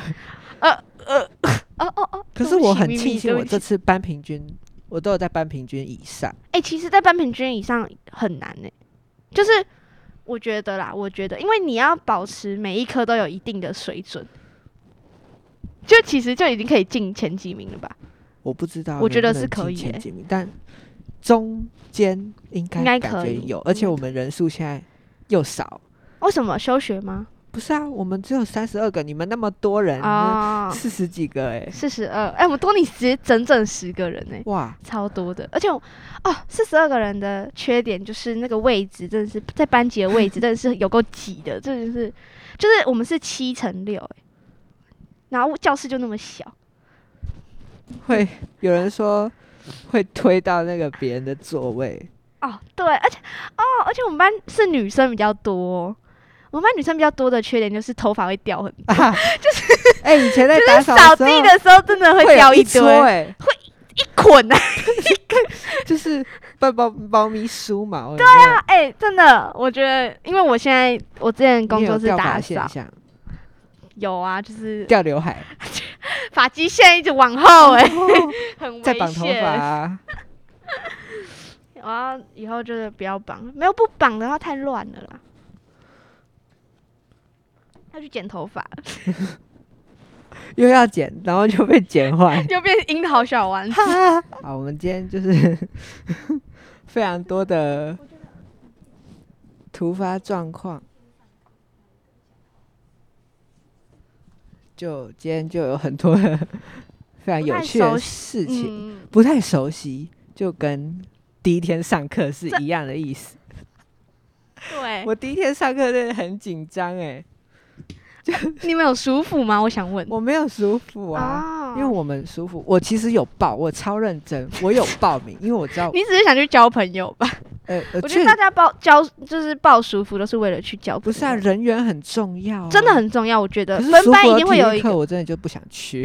呃， 哦哦哦，
可
对
是
不
我
起
很
咪咪
庆幸
对
我
不
这
起
次班平均，我都有在班平均以上。
哎、其实，在半平均以上很难呢、就是我觉得啦，我觉得，因为你要保持每一科都有一定的水准，就其实就已经可以进前几名了吧？
我不知道，
我觉得是可以
前
欸
几名，但中间应该
应该
感
可
觉
以
有，而
应
且
该
我们人数现在又少。
为什么休学吗？
不是啊，我们只有三十二个，你们那么多人，
啊，
四十几个哎、
四十二，哎，我多你十整整十个人呢、欸
哇，
超多的，而且我哦，四十二个人的缺点就是那个位置真的是在班级的 位置真的是有够挤的，这就是就是我们是七乘六、欸，然后教室就那么小，
会有人说会推到那个别人的座位，
哦，对，而且哦，而且我们班是女生比较多哦、我们班女生比较多的缺点就是头发会掉很，
啊、就是哎、以前在打扫
扫
的时
地
候
的时候真的会
会
掉
有一
堆，
哎、
一捆啊！
就是帮猫猫咪梳毛，对啊，
哎、真的，我觉得，因为我现在我之前工
你有
作是
掉发
打
现
扫，
象，
有啊，就是
掉刘海，
发际线一直往
哦
后、哎、很危
再绑头发、
险。
啊，
我要以后就是不要绑，没有不绑的话太乱了啦。要去剪头 发，。
又要剪，然后就被剪坏
就变樱桃小丸 子。
好，我们今天就是 非常多的突发状况，就今天就有很多的 非常
不
有
太
趣的
熟
事情，
嗯，
不太熟悉，就跟第一天上课是
这
一样的意思。
对。
我第一天上课真的很紧张哎，
你们有舒服吗？我想问。
我没有舒服啊。
啊
因为我们舒服，我其实有报，我超认真，我有报名，因为我知道，
你只是想去交朋友吧？
呃，呃
我觉得
确
大家报交就是报舒服都是为了去交朋友，
不是啊，人缘很重要、啊，
真的很重要。我觉得
可是
分
舒
班
服
一
的
定会
体育
有一
课
个
我真的就不想去。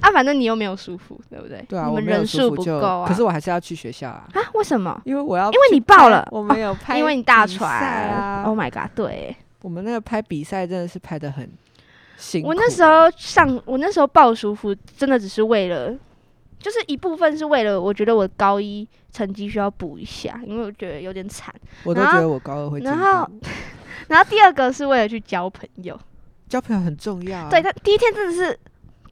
啊，反正你又没有舒服，对不对？
对啊，
你
我
们
没有
人
舒
数
服
不
就
够啊。
可是我还是要去学校啊，
啊，为什么？
因为我要去
因
拍，
为你报了
我们 有拍、
因为你大船
啊。
Oh my god！对，
我们那个拍比赛真的是拍的很辛苦。
我那时候上，我那时候报舒服真的只是为了，就是一部分是为了，我觉得我高一成绩需要补一下，因为我觉得有点惨。
我都
然
觉
后
得我高二会进
然后
步，
然后第二个是为了去交朋友。
交朋友很重要、啊。啊
对，但第一天真的是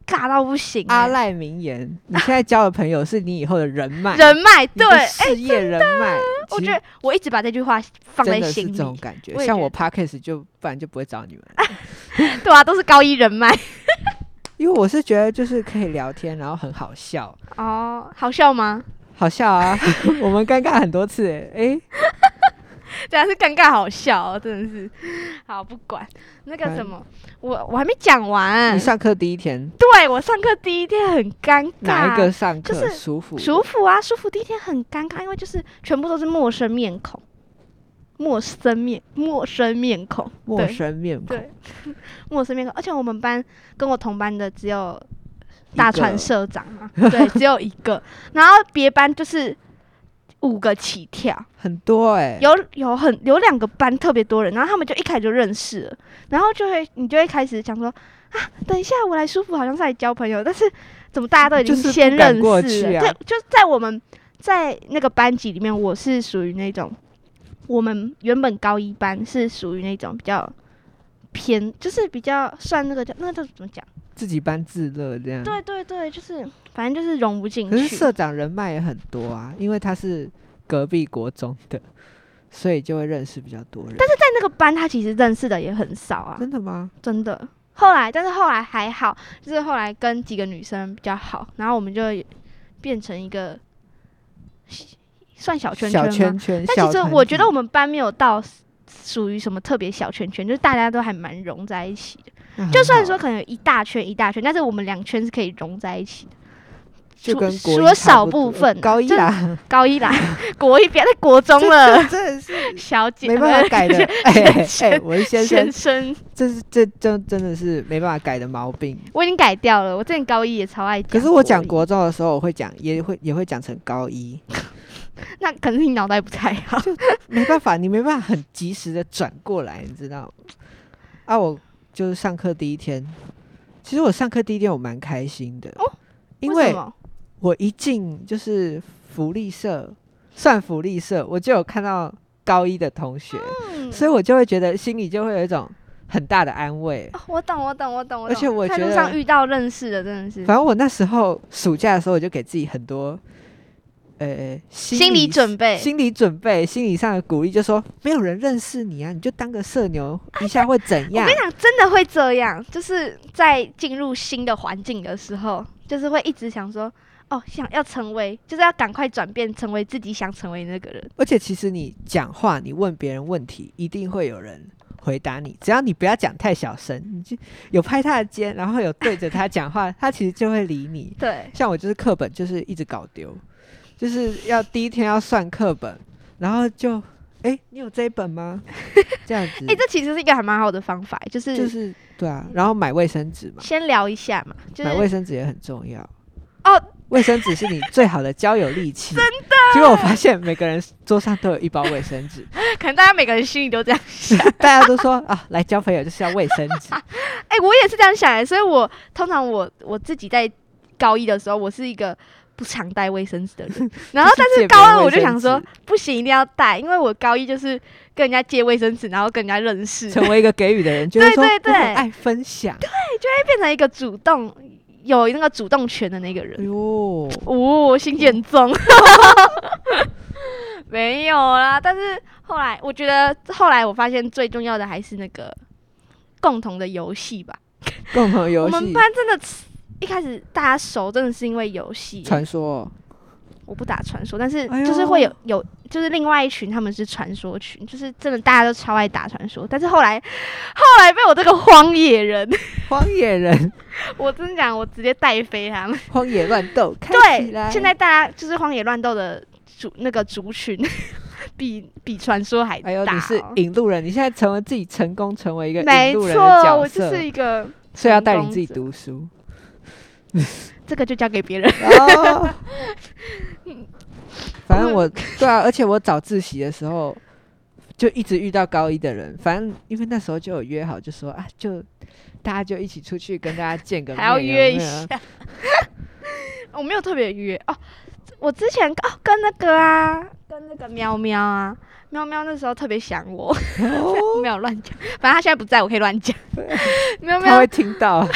尬到不行、欸，
阿赖名言，你现在交的朋友是你以后的人脉，
人脉
你的
对，哎、
事业人脉。
我
其
觉
实
得我一直把这句话放在
真的是
心
这种
里，
感觉，
我也
像
觉
我
得
podcast 就不然就不会找你们了。
对啊，都是高一 人脉
因为我是觉得就是可以聊天，然后很好笑，
哦，好笑吗？
好笑 啊！我们尴尬很多次欸，哎、
对啊，是尴尬好笑、哦，真的是，好不管那个
反
什么，我我还没讲完
你，上课第一天
对我上课第一天很尴尬，
哪一个上
啊就
课
是
舒服？
舒服啊？舒服第一天很尴尬，因为就是全部都是陌生面孔，陌生面陌生面孔，
陌
对
生面孔，
对，陌生面孔。而且我们班跟我同班的只有
一
大
个
川社长嘛，对，只有一个。然后别班就是五个起跳，
很多哎、
有有很有两个班特别多人，然后他们就一开始就认识了，然后就会你就会开始想说啊，等一下我来舒服，好像是来交朋友，但是怎么大家都已经
就是不
先
敢
认识
过
了？
去啊
对，就是在我们在那个班级里面，我是属于那种我们原本高一班是属于那种比较偏，就是比较算那个叫那个叫怎么讲？
自己班自乐这样。
对对对，就是反正就是融不进
可是
去。
社长人脉也很多啊，因为他是隔壁国中的，所以就会认识比较多人。但是
在那个班，他其实认识的也很少啊。
真的吗？
真的。后来，但是后来还好，就是后来跟几个女生比较好，然后我们就变成一个算小圈圈
小
吗？
圈圈，
但其实
小团
我觉
体
得我们班没有到属于什么特别小圈圈，就是大家都还蛮融在一起的。
那很
就算
好
说
啊
可能有一大圈一大圈，但是我们两圈是可以融在一起的。
就
除
跟国
除
一
了
差
少
不多
部分啊
高一
真的
啦，
高一啦， 国一别在国中 了，
真 的是
小姐
没办法改 的。哎哎哎，我的先生
先，生，
这是这这真的是没办法改的毛病。
我已经改掉了。我之前高一也超爱讲，
可是我讲
过，
国中的时候，我会讲，也会也会讲成高一，
那可能是你脑袋不太 好。
没办法，你没办法很及时的转过来，你知道吗？啊，我就是上课第一天，其实我上课第一天我蛮开心的，
哦
因
为
为
什么
我一进就是福利社，算福利社，我就有看到高一的同学，
嗯
所以我就会觉得心里就会有一种很大的安慰。
哦我懂，我懂，我懂，我
而
懂。
且我
在
觉
路
得
上遇到认识的，真的是
反正我那时候暑假的时候，我就给自己很多，呃，
心理准备
心理准备、心理上的鼓励，就说没有人认识你啊，你就当个社牛，一下会怎
我
样
跟你？讲，真的会这样，就是在进入新的环境的时候，就是会一直想说，哦，想要成为，就是要赶快转变，成为自己想成为那个人。
而且其实你讲话，你问别人问题，一定会有人回答你，只要你不要讲太小声，你就有拍他的肩，然后有对着他讲话，他其实就会理你。
对，
像我就是课本就是一直搞丢，就是要第一天要算课本，然后就哎、你有这一本吗？这样 子。
哎、这其实是一个还蛮好的方法，就是、
就是对啊，然后买卫生纸嘛，
先聊一下嘛，就
买卫
是
生纸也很重要
哦。
卫生纸是你最好的交友利器，真的。结果我发现每个人桌上都有一包卫生纸，
可能大家每个人心里都这样想。
大家都说啊，来交朋友就是要卫生纸。
哎、我也是这样想哎、所以我通常我我自己在高一的时候，我是一个不常带卫生纸 的人，然后但
是
是
借
高
别人
二我就
卫
想
生
说
纸，
不行，一定要带，因为我高一就是跟人家借卫生纸，然后跟人家认识，
成为一个给予的人，就是说
对对
我很
对
爱分享。
变成一个主动有那个主动权的那个
哎
人。
呦，
哦，心机很 重。 没有啦，但是后来我觉得，后来我发现最重要的还是那个共同的游戏吧。
共同游
我们
戏
班真的一开始大家熟，真的是因为游戏。
传说，
我不打传说，但是
哎呦
就是会有、有，就是另外一群他们是传说群，就是真的大家都超爱打传说。但是后来，后来被我这个荒野人，
荒野人，
我真的讲，我直接带飞他们。
荒野乱斗，开起来。
对，现在大家就是荒野乱斗的族那个族群， 比比传说还大、
哎
哦。
呦，你是引路人，你现在成为自己成功成为一个
没
引路人的
错，
角
我就
色，
是一个，
所以要
成
带领
功
自己
者
读书。
这个就交给别人。
哦， 反正我对啊，而且我早自习的时候就一直遇到高一的人，反正因为那时候就有约好，就说啊，就大家就一起出去跟大家见个面，啊
还要
有
约一
没有
下。 我没有特别约哦，我之前哦跟那个啊，跟那个喵喵啊，喵喵那时候特别想 我，没有乱讲，反正他现在不在，我可以乱讲。 喵
他
喵
会，听到。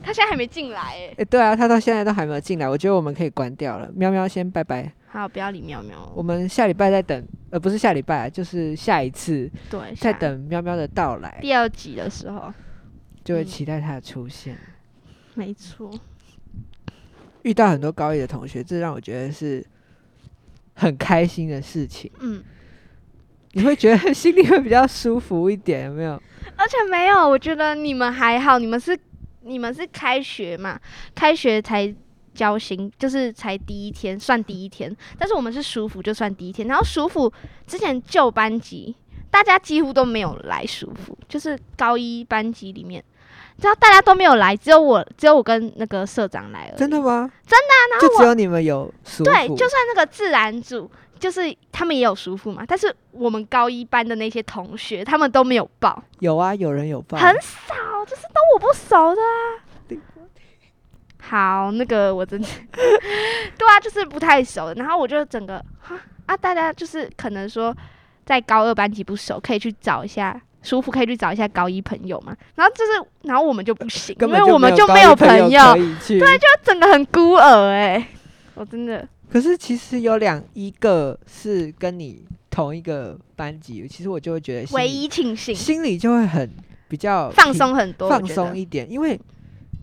他现在还没进来哎。
哎，对啊，他到现在都还没有进来，我觉得我们可以关掉了。喵喵，先拜拜。
好，不要理喵喵。
我们下礼拜再等，呃，不是下礼拜啊，就是下一次
对，
再
下
等喵喵的到来，
第二集的时候，
就会
嗯
期待他的出现。
没错。
遇到很多高一的同学，这让我觉得是很开心的事情。
嗯，
你会觉 得心里会比较舒服一点，有没有？
而且没有，我觉得你们还好，你们是你们是开学嘛，开学才交心，就是才第一天算第一天，但是我们是暑辅就算第一天，然后暑辅之前旧班级大家几乎都没有来暑辅，就是高一班级里面。知道大家都没有来，只有我，只有我跟那个社长来了。
真的吗？
真
的、啊，就只有你们有舒服。
对，就算那个自然组，就是他们也有舒服嘛，但是我们高一班的那些同学，他们都没有报，
有啊，有人有报。
很少，就是都我不熟的啊。好，那个我真的， 对啊，就是不太熟。然后我就整个哈啊，大家就是可能说在高二班级不熟，可以去找一下。舒服可以去找一下高一朋友嘛，然后就是，然后我们就不行，
根
因
本
为我们就
没
没有
朋
朋友
可，以去。对，就
整个很孤儿哎、我真的
可是其实有两一个是跟你同一个班级，其实我就会觉得心里
唯一庆幸
心里就会很比较
放
平
松很多，
放
我觉
松
得
一点，因为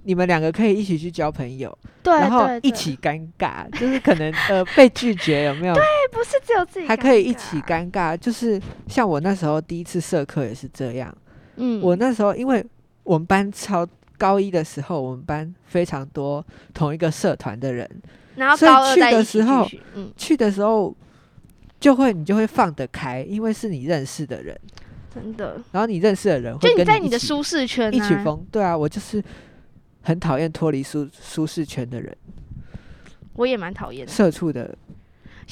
你们两个可以一起去交朋友，
对，
然后
对
一
对
起尴尬， 就是可能呃被拒绝有没有？
哎不是只有自己啊
还
尴
可以一起
尬，
尴尬，就是像我那时候第一次社课也是这样。
嗯，
我那时候因为我们班超高一的时候，我们班非常多同一个社团的人，
然后
所以
高二
去
再
的
一起
时
继
候
续，嗯，
去的时候就会你就会放得开，因为是你认识的人，
真的，
然后你认识的人会
就
跟
你在你
一
的
起
舒适圈、啊，
一起疯。对啊，我就是很讨厌脱离舒舒适圈的人，
我也蛮讨厌的。
社畜的。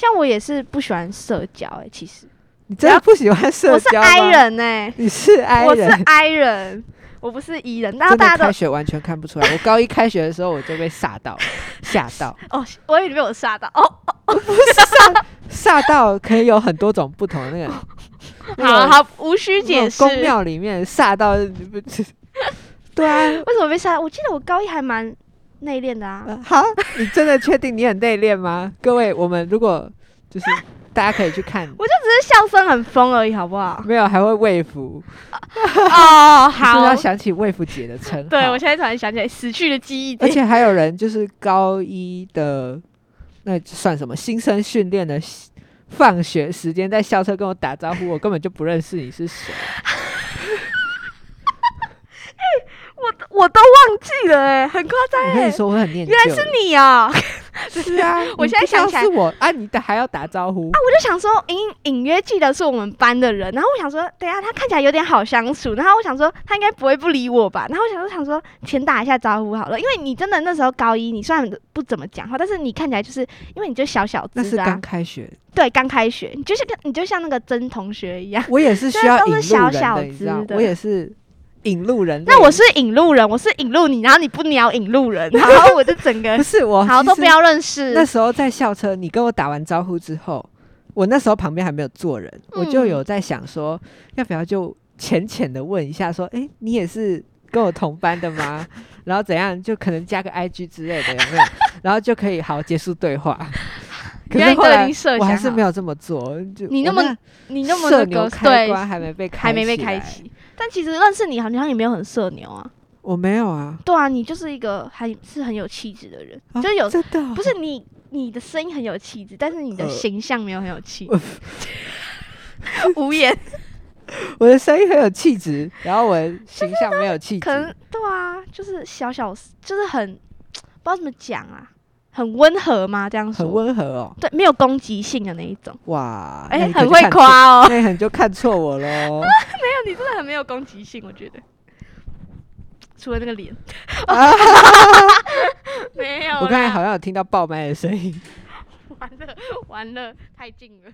像我也是不喜欢社交、哎，其实
你真
只
的
要
不喜欢社
我是
交
I
吗？
人哎、
你是 I
我是
人，
I 人，我不是 E 艺人，然后
真的
大家
开
都
学完全看不出来。我高一开学的时候我就被吓到了，吓 到，
哦，我以为你被我杀到哦，
吓到可以有很多种不同的那 个。那
好
个
好无需
那
解
种
释。
宫庙里面吓到，不对啊，
为什么被杀？我记得我高一还蛮内敛的啊。
呃好，你真的确定你很内敛吗？各位，我们如果就是大家可以去看，？
我就只是笑声很疯而已，好不 好
没有还会卫服，
哦，
你是不是
好
要，想起卫服姐的称号？
对我现在突然想起来死去的记忆
而
点，
且还有人就是高一的那算什么新生训练的西放学时间在校车跟我打招呼，我根本就不认识你是谁。
我都我都忘记了哎、很夸张
我跟
哎
你，说，我很念旧。
原来是你啊！
是
，
啊
我
你
现在
不知道
想起来啊
是我啊，你的还要打招呼。
我就想说隐隐约记得是我们班的人，然后我想说，对啊，他看起来有点好相处，然后我想说他应该不会不理我吧，然后我想说想说先打一下招呼好了，因为你真的那时候高一，你虽然不怎么讲话，但是你看起来就是因为你就小小
那
只
是
的、啊
刚，开学，
对，刚开学，你就是跟你就像那个曾同学一样。
我也是需
对啊
要
都
引
是
路人
小小
的，你知道
只，的
我也是引路人类。
那我是引路人，我是引路你，然后你不鸟引路 人，然后我就整个
不是我？
好
其
都
实
不要认识
那。时候在校车，你跟我打完招呼之后，我那时候旁边还没有坐人，我就
嗯
有在想说，要不要就浅浅的问一下，说，诶，你也是跟我同班的 吗？然后怎样，就可能加个 IG 之类的，有没有？然后就可以好结束对话。可
原来
是
你
后
都已
来
经设
我还
想
是
好
没有这么做，就
你
我
那么
那
你那么
社
那
牛
个
开
对，
关还没被开，
还没被开。启。但其实认识你好像也没有很社牛啊。
我没有啊，
对啊，你就是一个还是很有气质的人，
啊
就是有
真的哦
不是你你的声音很有气质，但是你的
呃
形象没有很有气质。 无言，
我的声音很有气质，然后我的形象没有气质，
可能对啊，就是小小，就是很不知道怎么讲啊，很温和吗？这样说，
很温和哦。
对，没有攻击性的那一种。
哇，
哎、
那你可
很
就
会
看错
夸哦。
那你很就看错我 喽
没 有，你真的很没有攻击性，我觉得。除了那个脸，
啊！
没有啦。
我刚才好像有听到爆麦的声音。
完了完了，太近了。